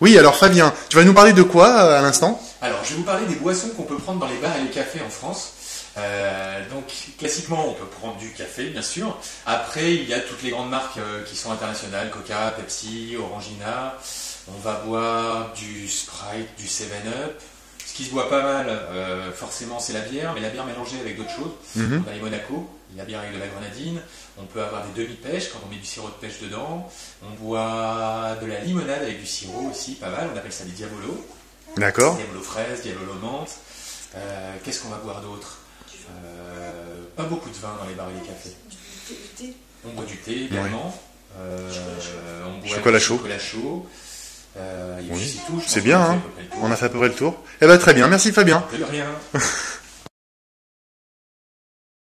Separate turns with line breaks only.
Oui, alors Fabien, tu vas nous parler de quoi euh, à l'instant
Alors, je vais vous parler des boissons qu'on peut prendre dans les bars et les cafés en France. Euh, donc, classiquement, on peut prendre du café, bien sûr. Après, il y a toutes les grandes marques euh, qui sont internationales Coca, Pepsi, Orangina. On va boire du Sprite, du 7-Up. Ce qui se boit pas mal, euh, forcément, c'est la bière, mais la bière mélangée avec d'autres choses.
Mhm.
On a les Monaco, la bière avec de la grenadine. On peut avoir des demi-pêches quand on met du sirop de pêche dedans. On boit de la limonade avec du sirop aussi, pas mal. On appelle ça des diabolos.
D'accord.
Diablo fraise, Diablo menthe. Euh, Qu'est-ce qu'on va boire d'autre Euh, Pas beaucoup de vin dans les bars et les cafés. On boit du thé également. Euh, on boit
Chocolat
du
chaud.
chocolat chaud. Euh, et
Oui.
puis c'est tout. je
C'est
pense
bien,
qu'on a
hein.
fait à peu près le tour.
On a fait à peu près le tour. Eh ben très bien, merci Fabien.
De rien.